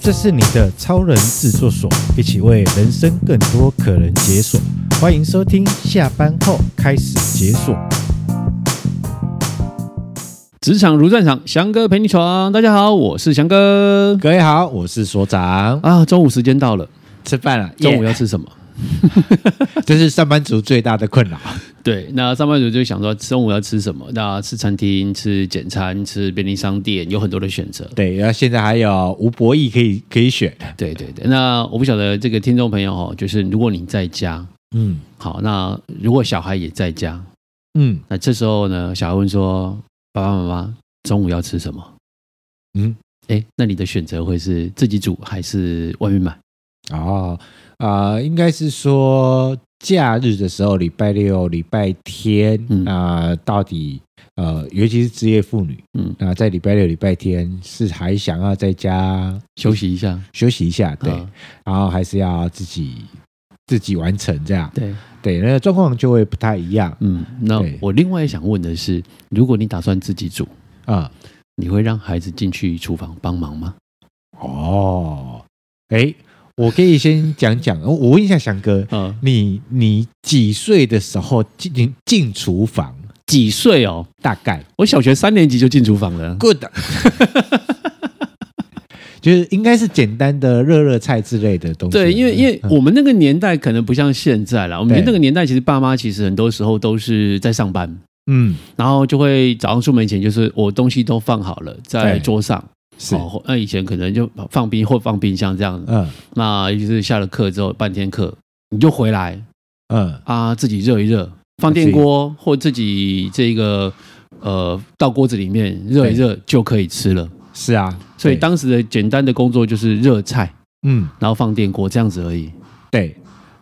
这是你的超人制作所，一起为人生更多可能解锁。欢迎收听，下班后开始解锁。职场如战场，翔哥陪你闯。大家好，我是翔哥。各位好，我是所长。啊，中午时间到了，吃饭了，中午耶要吃什么 这是上班族最大的困扰。对，那上班族就想说中午要吃什么？那吃餐厅、吃简餐、吃便利商店，有很多的选择。对，然后现在还有吴博弈可以可以选。对对对，那我不晓得这个听众朋友哦，就是如果你在家，嗯好，那如果小孩也在家，嗯那这时候呢，小孩问说：“爸爸妈妈，中午要吃什么嗯，？”哎，那你的选择会是自己煮还是外面买？哦啊、呃应该是说假日的时候，礼拜六、礼拜天啊、嗯呃到底呃，尤其是职业妇女，嗯，那、在礼拜六、礼拜天是还想要在家休息一下。休息一下，对，啊然后还是要自己自己完成这样，对，对，那个状况就会不太一样嗯，那对我另外想问的是，如果你打算自己煮，啊、你会让孩子进去厨房帮忙吗？哦，哎，我可以先讲讲，我我问一下翔哥，呃，你你几岁的时候进进进厨房？几岁哦？大概我小学三年级就进厨房了。 good，就是应该是简单的热热菜之类的东西。嗯对，因为因为我们那个年代可能不像现在啦，我们对那个年代其实爸妈其实很多时候都是在上班，嗯然后就会早上出门前就是我东西都放好了在对桌上，是哦，或那以前可能就放冰或放冰箱这样，嗯那就是下了课之后半天课你就回来，嗯啊，自己热一热，放电锅或自己这个呃到锅子里面热一热就可以吃了。是啊，所以对当时的简单的工作就是热菜，嗯然后放电锅这样子而已。对。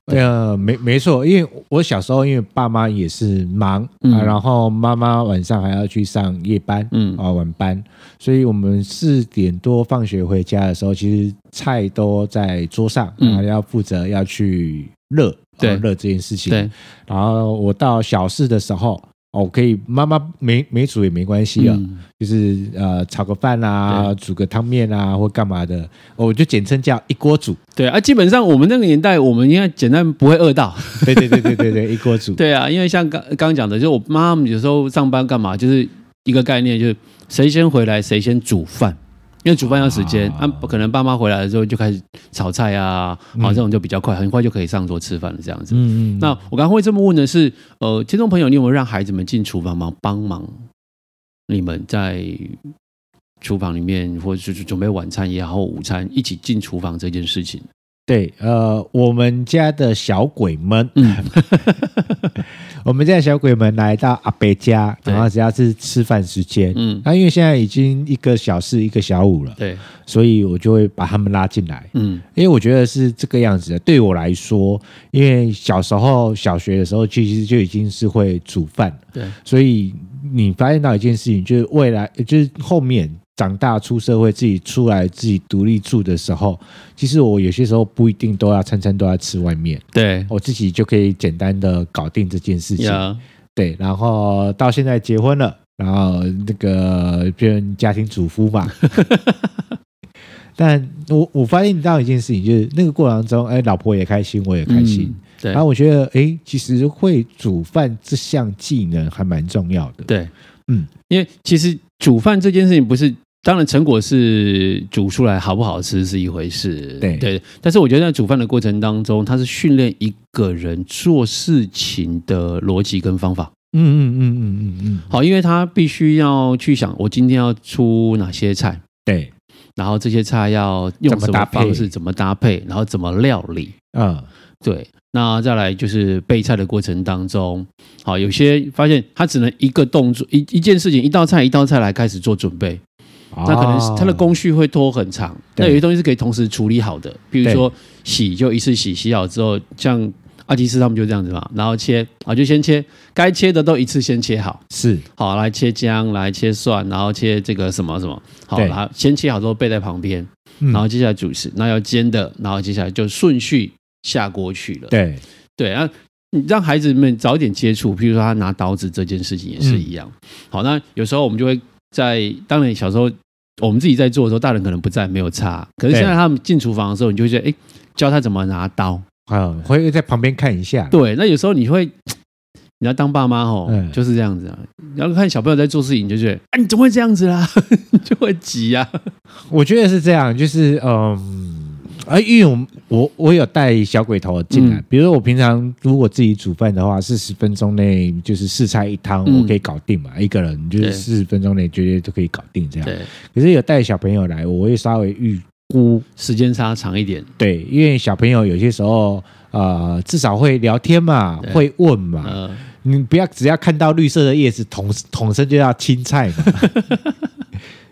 呃，没没错，因为我小时候因为爸妈也是忙、嗯啊，然后妈妈晚上还要去上夜班，嗯啊晚班，所以我们四点多放学回家的时候，其实菜都在桌上，嗯然后要负责要去热，对啊热这件事情，对，然后我到小四的时候，哦，可以妈妈没没煮也没关系啊，嗯就是呃炒个饭啊，煮个汤面啊或干嘛的，哦我就简称叫一锅 煮。对啊，基本上我们那个年代，我们应该简单不会饿到。对对对对对对，一锅煮。 对啊，因为像刚刚讲的，就是我妈妈有时候上班干嘛，就是一个概念，就是谁先回来谁先煮饭。因为煮饭要时间，啊啊，可能爸妈回来的时候就开始炒菜啊，好、这种就比较快，很快就可以上桌吃饭了，这样子。嗯嗯，那我刚刚会这么问的是，呃，听众朋友，你有没有让孩子们进厨房忙帮忙？你们在厨房里面，或者是准备晚餐也好，或午餐一起进厨房这件事情，对呃，我们家的小鬼们，嗯，我们家的小鬼们来到阿伯家，对然后只要是吃饭时间。嗯，那、因为现在已经一个小四一个小五了，对，所以我就会把他们拉进来。嗯，因为我觉得是这个样子的。对我来说，因为小时候小学的时候，其实就已经是会煮饭，对，所以你发现到一件事情，就是未来，就是后面长大出社会，自己出来自己独立住的时候，其实我有些时候不一定都要餐餐都要吃外面，对，我自己就可以简单的搞定这件事情。呀，对，然后到现在结婚了，然后那个变家庭主夫 嘛。但我我发现到一件事情，就是那个过程中，哎，老婆也开心，我也开心。嗯，对然，后我觉得，哎，其实会煮饭这项技能还蛮重要的。对，嗯，因为其实煮饭这件事情不是，当然成果是煮出来好不好吃是一回事，对对。但是我觉得在煮饭的过程当中，它是训练一个人做事情的逻辑跟方法。嗯嗯嗯嗯嗯嗯，好，因为他必须要去想，我今天要出哪些菜，对，然后这些菜要用怎么什搭么配方式，怎么搭配，然后怎么料理。嗯，对，那再来就是备菜的过程当中，好，有些发现他只能一个动作，一一件事情，一道菜一道菜来开始做准备，那可能是它的工序会拖很长。哦对那有些东西是可以同时处理好的，比如说洗就一次洗，洗好之后，像阿基斯他们就这样子嘛，然后切啊就先切，该切的都一次先切好，是好来切姜，来切蒜，然后切这个什么什么，好，对然后先切好之后备在旁边，嗯然后接下来主食，那要煎的，然后接下来就顺序下锅去了。对，对啊，你让孩子们早点接触，譬如说他嗯拿刀子这件事情也是一样。好，那有时候我们就会在，当然小时候我们自己在做的时候，大人可能不在，没有差。可是现在对他们进厨房的时候，你就会觉得，哎，教他怎么拿刀。啊，会在旁边看一下。对，那有时候你会，你要当爸妈哦，嗯就是这样子啊。然后看小朋友在做事情，你就觉得，啊，你 怎么会这样子啦？你就会急啊。我觉得是这样，就是嗯，啊，因为我们我我有带小鬼头进来，嗯比如说我平常如果自己煮饭的话，四十分钟内就是四菜一汤，嗯我可以搞定嘛，一个人就对是四十分钟内绝对都可以搞定这样。对，可是有带小朋友来，我会稍微预估，时间差长一点，对，因为小朋友有些时候。呃，至少会聊天嘛，对会问嘛，呃，你不要只要看到绿色的叶子，统统称就叫青菜 嘛，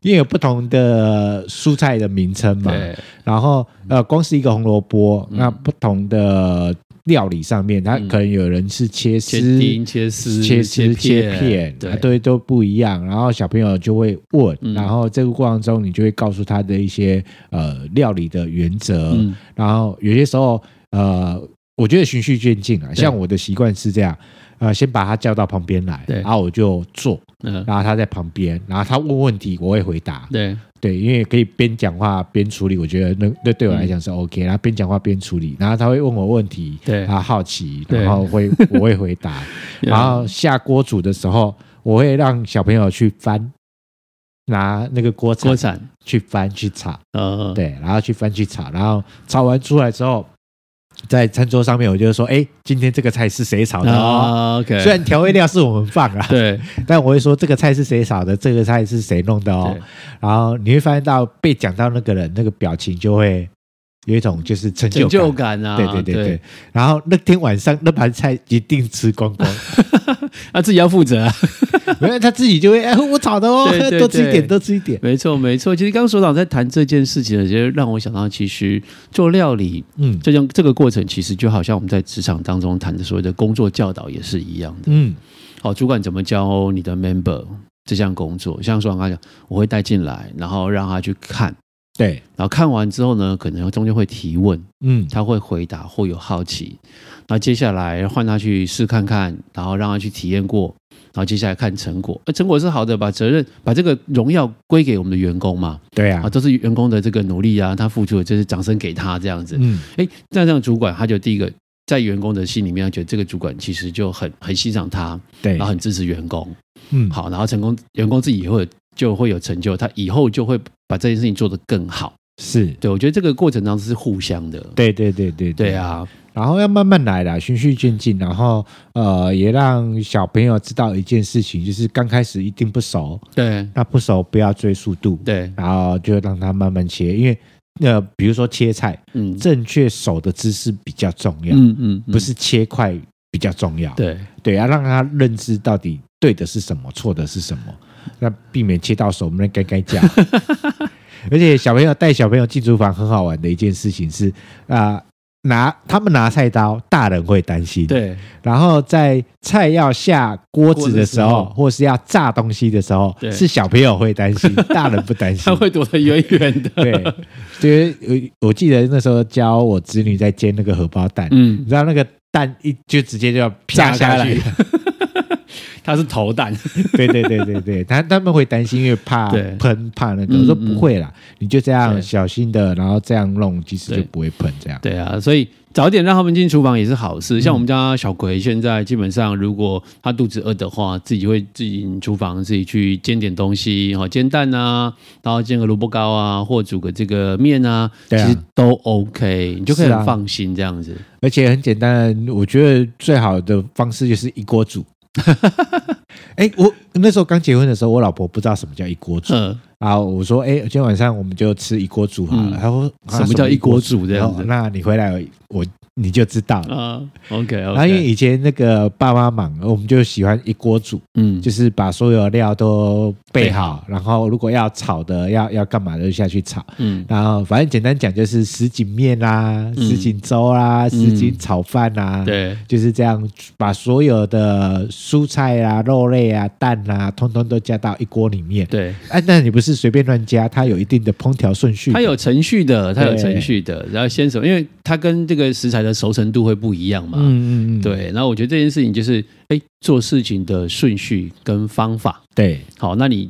因为有不同的蔬菜的名称嘛。对，嗯然后呃，光是一个红萝卜，那不同的料理上面，它可能有人是切切丝、丁、切丝、切丝、切片，对啊，对，都不一样。然后小朋友就会问，嗯然后这个过程中你就会告诉他的一些呃料理的原则，嗯然后有些时候呃，我觉得循序渐进啊，像我的习惯是这样。呃，先把他叫到旁边来，对然后我就做，嗯，然后他在旁边，然后他问问题，我会回答，对，对，因为可以边讲话边处理，我觉得那那对我来讲是 OK、然后边讲话边处理，然后他会问我问题，嗯对他好奇，对然后 会我会回答，嗯然后下锅煮的时候，我会让小朋友去翻，拿那个锅铲锅铲，去翻去炒，呃，对，然后去翻去炒，然后炒完出来之后，在餐桌上面我就说，哎，今天这个菜是谁炒的哦？啊，OK，虽然调味料是我们放啊，对但我会说这个菜是谁炒的，这个菜是谁弄的哦对。然后你会发现到被讲到那个人那个表情就会有一种就是成就感。成就感啊，对对对对对，然后那天晚上那盘菜一定吃光光，那自己要负责啊。 因为他自己就会哎我炒的哦，对对对多吃一点，多吃一点。没错，没错。其实刚刚所长在谈这件事情的时候，让我想到，其实做料理嗯这种这个过程，其实就好像我们在职场当中谈的所谓的工作教导也是一样的。嗯好，主管怎么教你的 member 这项工作？像所长刚刚讲，我会带进来，然后让他去看，对然后看完之后呢，可能中间会提问，嗯他会回答或有好奇。那接下来换他去试看看，然后让他去体验过，然后接下来看成果。呃，成果是好的，把责任把这个荣耀归给我们的员工嘛。对啊，啊都是员工的这个努力啊，他付出的就是掌声给他这样子。嗯哎、那这样主管他就第一个在员工的心里面，他觉得这个主管其实就很很欣赏他，对然后很支持员工。嗯好，然后成功员工自己也会有就会有成就，他以后就会把这件事情做得更好。是对我觉得这个过程当中是互相的。对对对对对。啊，然后要慢慢来啦，循序渐进，然后呃也让小朋友知道一件事情，就是刚开始一定不熟，对那不熟不要追速度，对，然后就让他慢慢切，因为呃，比如说切菜，嗯，正确手的姿势比较重要，嗯嗯嗯不是切块比较重要。对对，要让他认知到底对的是什么，错的是什么，那避免切到手我们该该 讲。而且小朋友带小朋友进厨房很好玩的一件事情是啊、拿他们拿菜刀，大人会担心。对然后在菜要下锅子的时锅候，的时候或是要炸东西的时候对，是小朋友会担 心，大人不担心。他会躲得远远的。对，就是我我记得那时候教我子女在煎那个荷包蛋，你 嗯，知道那个蛋一就直接就要啪下去， 他是投弹。 对对对对对，他他们会担心，因为怕对喷怕那个，嗯我说不会啦，你就这样对小心的，然后这样弄，其实对就不会喷这样。 对啊，所以早点让他们进厨房也是好事。像我们家小葵现在基本上，如果他肚子饿的话，自己会自己进厨房自己去煎点东西，哦，煎蛋啊，然后煎个萝卜糕啊，或煮个这个面啊，其对啊实都 OK，你就可以是啊很放心这样子。而且很简单，我觉得最好的方式就是一锅 煮。哎，我那时候刚结婚的时候，我老婆不知道什么叫一锅煮嗯，啊。我说，哎，今天晚上我们就吃一锅煮好了。嗯她说，啊什么叫一锅煮这然样后子？哦那你回来我你就知道了。啊，OK 然后因为 OK，以前那个爸妈忙，我们就喜欢一锅煮，嗯，就是把所有料都备备好，然后如果要炒的要要干嘛的就下去炒。嗯然后反正简单讲就是什锦面啦、什锦粥啦、什锦炒饭啦，，嗯对就是这样把所有的蔬菜啊、肉类啊、蛋啊，通通都加到一锅里面。对，哎、那你不是随便乱加，它有一定的烹调顺序。它有程序的，它有嗯对程序的，然后先熟，因为它跟这个食材的熟成度会不一样嘛。嗯嗯嗯，对，然后我觉得这件事情就是，哎，做事情的顺序跟方法。对好，那你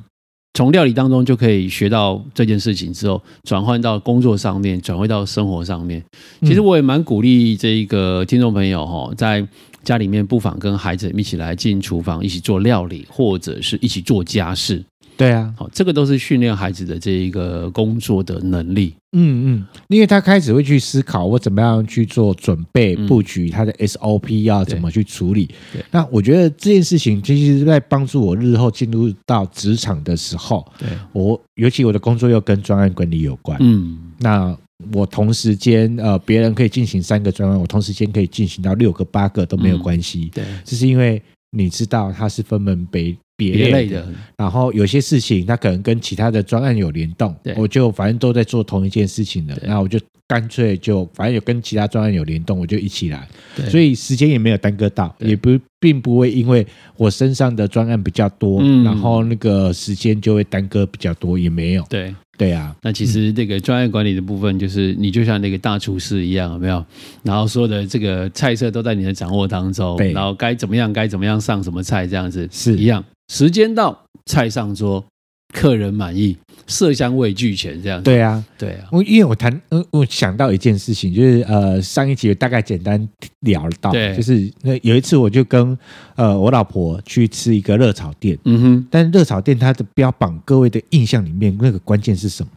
从料理当中就可以学到这件事情之后，转换到工作上面，转换到生活上面。嗯其实我也蛮鼓励这一个听众朋友哈，在家里面不妨跟孩子一起来进厨房，一起做料理，或者是一起做家事。对啊，好，这个都是训练孩子的这一个工作的能力。嗯嗯，因为他开始会去思考我怎么样去做准备布局，他的 SOP 要怎么去处理嗯对对。那我觉得这件事情其实是在帮助我日后进入到职场的时候，对，我尤其我的工作又跟专案管理有关，嗯，那我同时间呃别人可以进行三个专案，我同时间可以进行到六个八个都没嗯有关系，对，这是因为你知道它是分门别别别类类的，然后有些事情它可能跟其他的专案有联动对，我就反正都在做同一件事情了，对那我就干脆就反正有跟其他专案有联动，我就一起来，对所以时间也没有耽搁到，对也不并不会因为我身上的专案比较多，嗯然后那个时间就会耽搁比较多，也没有，对。对啊，那其实这个专业管理的部分，就是你就像那个大厨师一样，有没有？然后所有的这个菜色都在你的掌握当中，对然后该怎么样该怎么样上什么菜，这样子是一样。时间到，菜上桌，客人满意，色香味俱全，这样子。对啊，对啊，我因为我谈，嗯，我想到一件事情，就是呃，上一集有大概简单聊到，对就是那有一次我就跟呃我老婆去吃一个热炒店，嗯哼，但热炒店它的标榜，各位的印象里面那个关键是什么？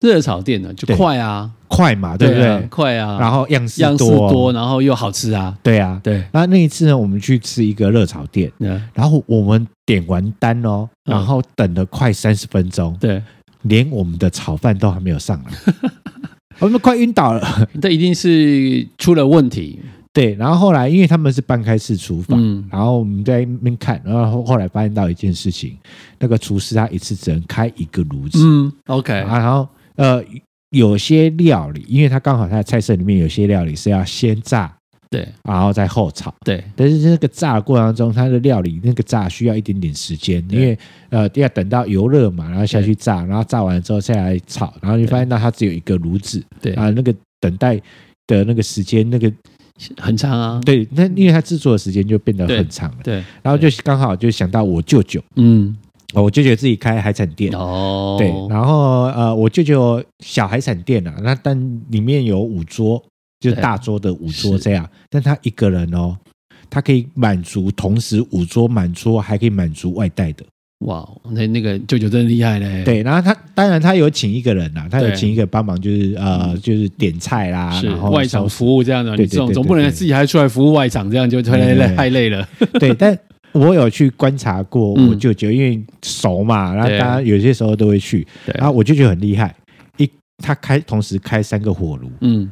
热炒店呢就对快啊，快嘛，对不对？啊快啊，然后样式样式多，啊多，然后又好吃啊，对啊。对，那那一次呢，我们去吃一个热炒店，嗯，然后我们点完单哦，嗯然后等了快三十分钟，对，连我们的炒饭都还没有上 来，我们快晕倒了。这一定是出了问题，对，然后后来因为他们是半开式厨房，嗯，然后我们在那边看，然后后来发现到一件事情，那个厨师他一次只能开一个炉子、嗯，OK，啊，然后呃，有些料理，因为他刚好他的菜色里面有些料理是要先炸，对然后再后炒。对，但是那个炸的过程当中，它的料理那个炸需要一点点时间，对因为呃要等到油热嘛，然后下去炸，然后炸完之后再来炒，然后你发现到它只有一个炉子，对啊，那个等待的那个时间，那个很长啊，对，那因为它制作的时间就变得对很长了。对，然后就刚好就想到我舅舅，嗯，哦我舅舅自己开海产店，哦，对，然后呃，我舅舅小海产店啊，那但里面有五桌，就是对大桌的五桌是这样，但他一个人哦，他可以满足同时五桌满桌，还可以满足外带的，哇，那那个舅舅真厉害嘞，，对，然后他当然他有请一个人啦、他有对嗯请一个人帮忙，就是呃，就是点菜啦，是啊然后外收场拾服务这样的，对你这种对对总不能对对自己还出来服务外场，这样就太累对对对太累了，对，但我有去观察过 嗯我舅舅，因为熟嘛，然后对大家有些时候都会去，对然后我舅舅很厉害，一他开同时开三个火炉，嗯，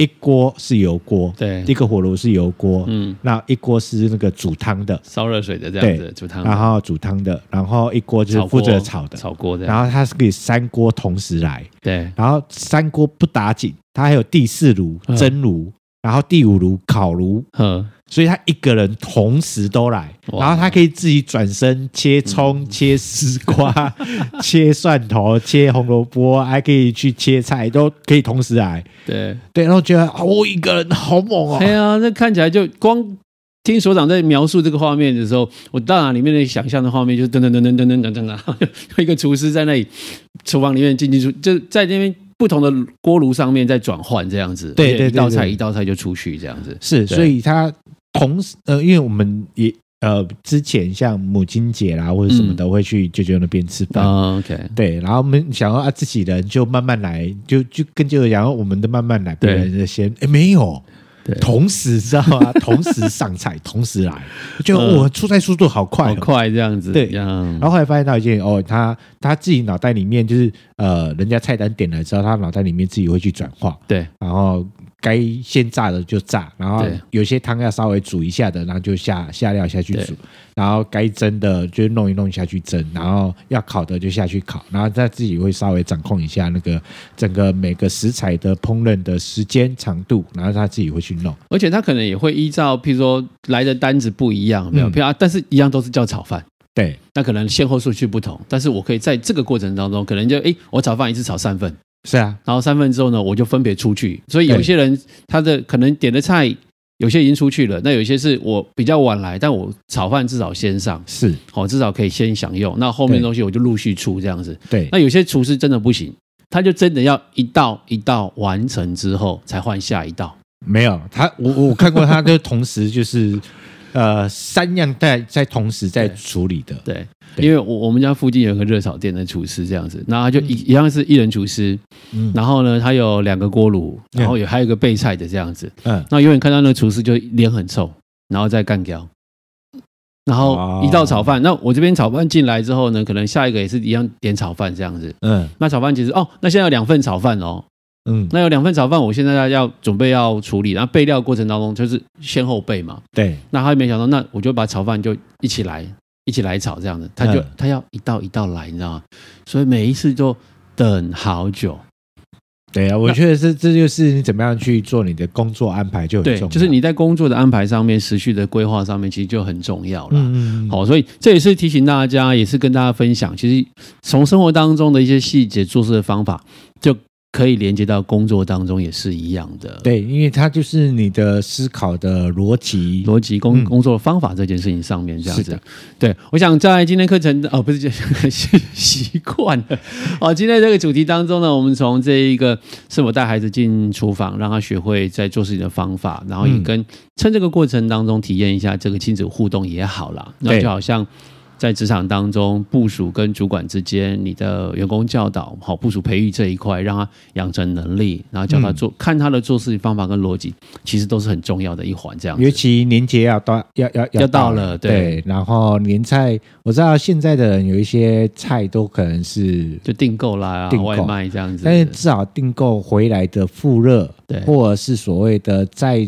一锅是油锅，对，一个火炉是油锅，嗯，那一锅是那个煮汤的，烧热水的这样子对煮汤，然后煮汤的，然后一锅就是炒负锅责炒的，炒锅这然样，后他是可以三锅同时来，对，然后三锅不打紧，他还有第四炉嗯蒸炉，然后第五炉烤炉，呵，所以他一个人同时都来，哇嗯然后他可以自己转身切葱、切丝 瓜、切蒜头、切红萝卜，还可以去切菜，都可以同时来。对，对，然后觉得啊，我一个人好猛哦哎。呀，那看起来就光。听所长在描述这个画面的时候，我大脑里面的想象的画面就是噔噔噔噔噔噔噔噔，然 后就一个厨师在那里厨房里面进进出，就在那边不同的锅炉上面在转换这样子，对而且对一道对菜对一道菜就出去这样子，是，对所以他同时呃，因为我们也呃之前像母亲节啦或者什么的，会去舅舅那边吃饭。啊 OK，对，然后我们想要啊，自己人就慢慢来，就就跟舅舅讲，然后我们的慢慢来，别对人的先，哎，没有，对同时知道 吗？同时上菜，同时来，就嗯我出菜速度好快、好哦。快这样子，对这样然后后来发现到一件哦，他他自己脑袋里面就是呃，人家菜单点了之后，他脑袋里面自己会去转化，对然后该先炸的就炸，然后对有些汤要稍微煮一下的，然后就下下料下去对煮，然后该蒸的就弄一弄下去蒸，然后要烤的就下去烤，然后他自己会稍微掌控一下那个整个每个食材的烹饪的时间长度，然后他自己会去弄。而且他可能也会依照，譬如说来的单子不一样，有没有，嗯譬如啊，但是一样都是叫炒饭，对那可能先后顺序不同，但是我可以在这个过程当中，可能就诶，我炒饭一次炒三份，是啊，然后三份之后呢，我就分别出去，所以有对些人他的可能点的菜有些已经出去了，那有些是我比较晚来，但我炒饭至少先上，是好、至少可以先享用。那后面的对东西我就陆续出这样子。对那有些厨师真的不行，他就真的要一道一道完成之后才换下一道。没有他，我我看过他，就同时就是 呃三样在在同时在对处理的，对，对因为我我们家附近有一个热炒店的厨师这样子，那他就一、一样是一人厨师，嗯然后呢，他有两个锅炉，嗯然后有还有一个备菜的这样子。嗯，那永远看到那个厨师就脸很臭，然后再干掉。然后哦一道炒饭，那我这边炒饭进来之后呢，可能下一个也是一样点炒饭这样子。嗯那炒饭其实哦，那现在有两份炒饭哦，嗯，那有两份炒饭，我现在要准备要处理，然后备料过程当中就是先后备嘛。对，那他没想到，那我就把炒饭就一起来，一起来炒这样子，他就、嗯他要一道一道来，你知道吗？所以每一次都等好久。对啊，我那觉得这这就是你怎么样去做你的工作安排就很对重要，，就是你在工作的安排上面、持续的规划上面，其实就很重要了。嗯嗯嗯好，所以这也是提醒大家，也是跟大家分享，其实从生活当中的一些细节做事的方法，就可以连接到工作当中也是一样的。，对，因为它就是你的思考的逻辑，逻辑工嗯工作方法这件事情上面，这样是子的。对，我想在今天课程哦，不是 这习习惯了。哦，今天这个主题当中呢，我们从这一个是否带孩子进厨房，让他学会在做事情的方法，然后也嗯跟、趁这个过程当中体验一下这个亲子互动也好啦。那嗯对就好像。在职场当中，部署跟主管之间，你的员工教导、好部署培育这一块，让他养成能力，然后教他嗯做，看他的做事方法跟逻辑，其实都是很重要的一环。这样子，尤其年节要到要要要到到了对然后年菜，我知道现在的人有一些菜都可能是，就订购啦、订购外卖这样子。但是至少订购回来的复热，对，或者是所谓的再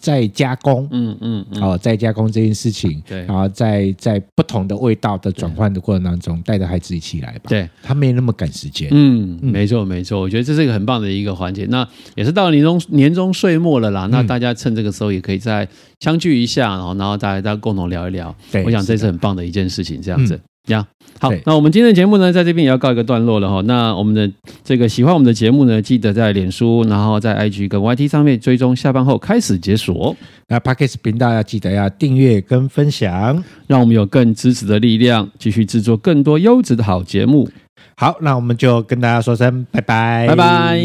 再加工。嗯嗯嗯，哦，再加工这件事情，对然后在在不同的味道的转换的过程当中，带着孩子一起来吧，对，他没那么赶时间，嗯，嗯没错没错，我觉得这是一个很棒的一个环节。那也是到了年终年终岁末了啦，那嗯大家趁这个时候也可以再相聚一下，然后然后大家大家共同聊一聊。对，我想这是是很棒的一件事情，这样子。嗯呀，好对，那我们今天的节目呢，在这边也要告一个段落了哈。那我们的这个喜欢我们的节目呢，记得在脸书，然后在 IG 跟 YT 上面追踪。下班后开始解锁，那 p a c k e s 频道要记得要订阅跟分享。让我们有更支持的力量，继续制作更多优质的好节目。好，那我们就跟大家说声拜拜，拜拜。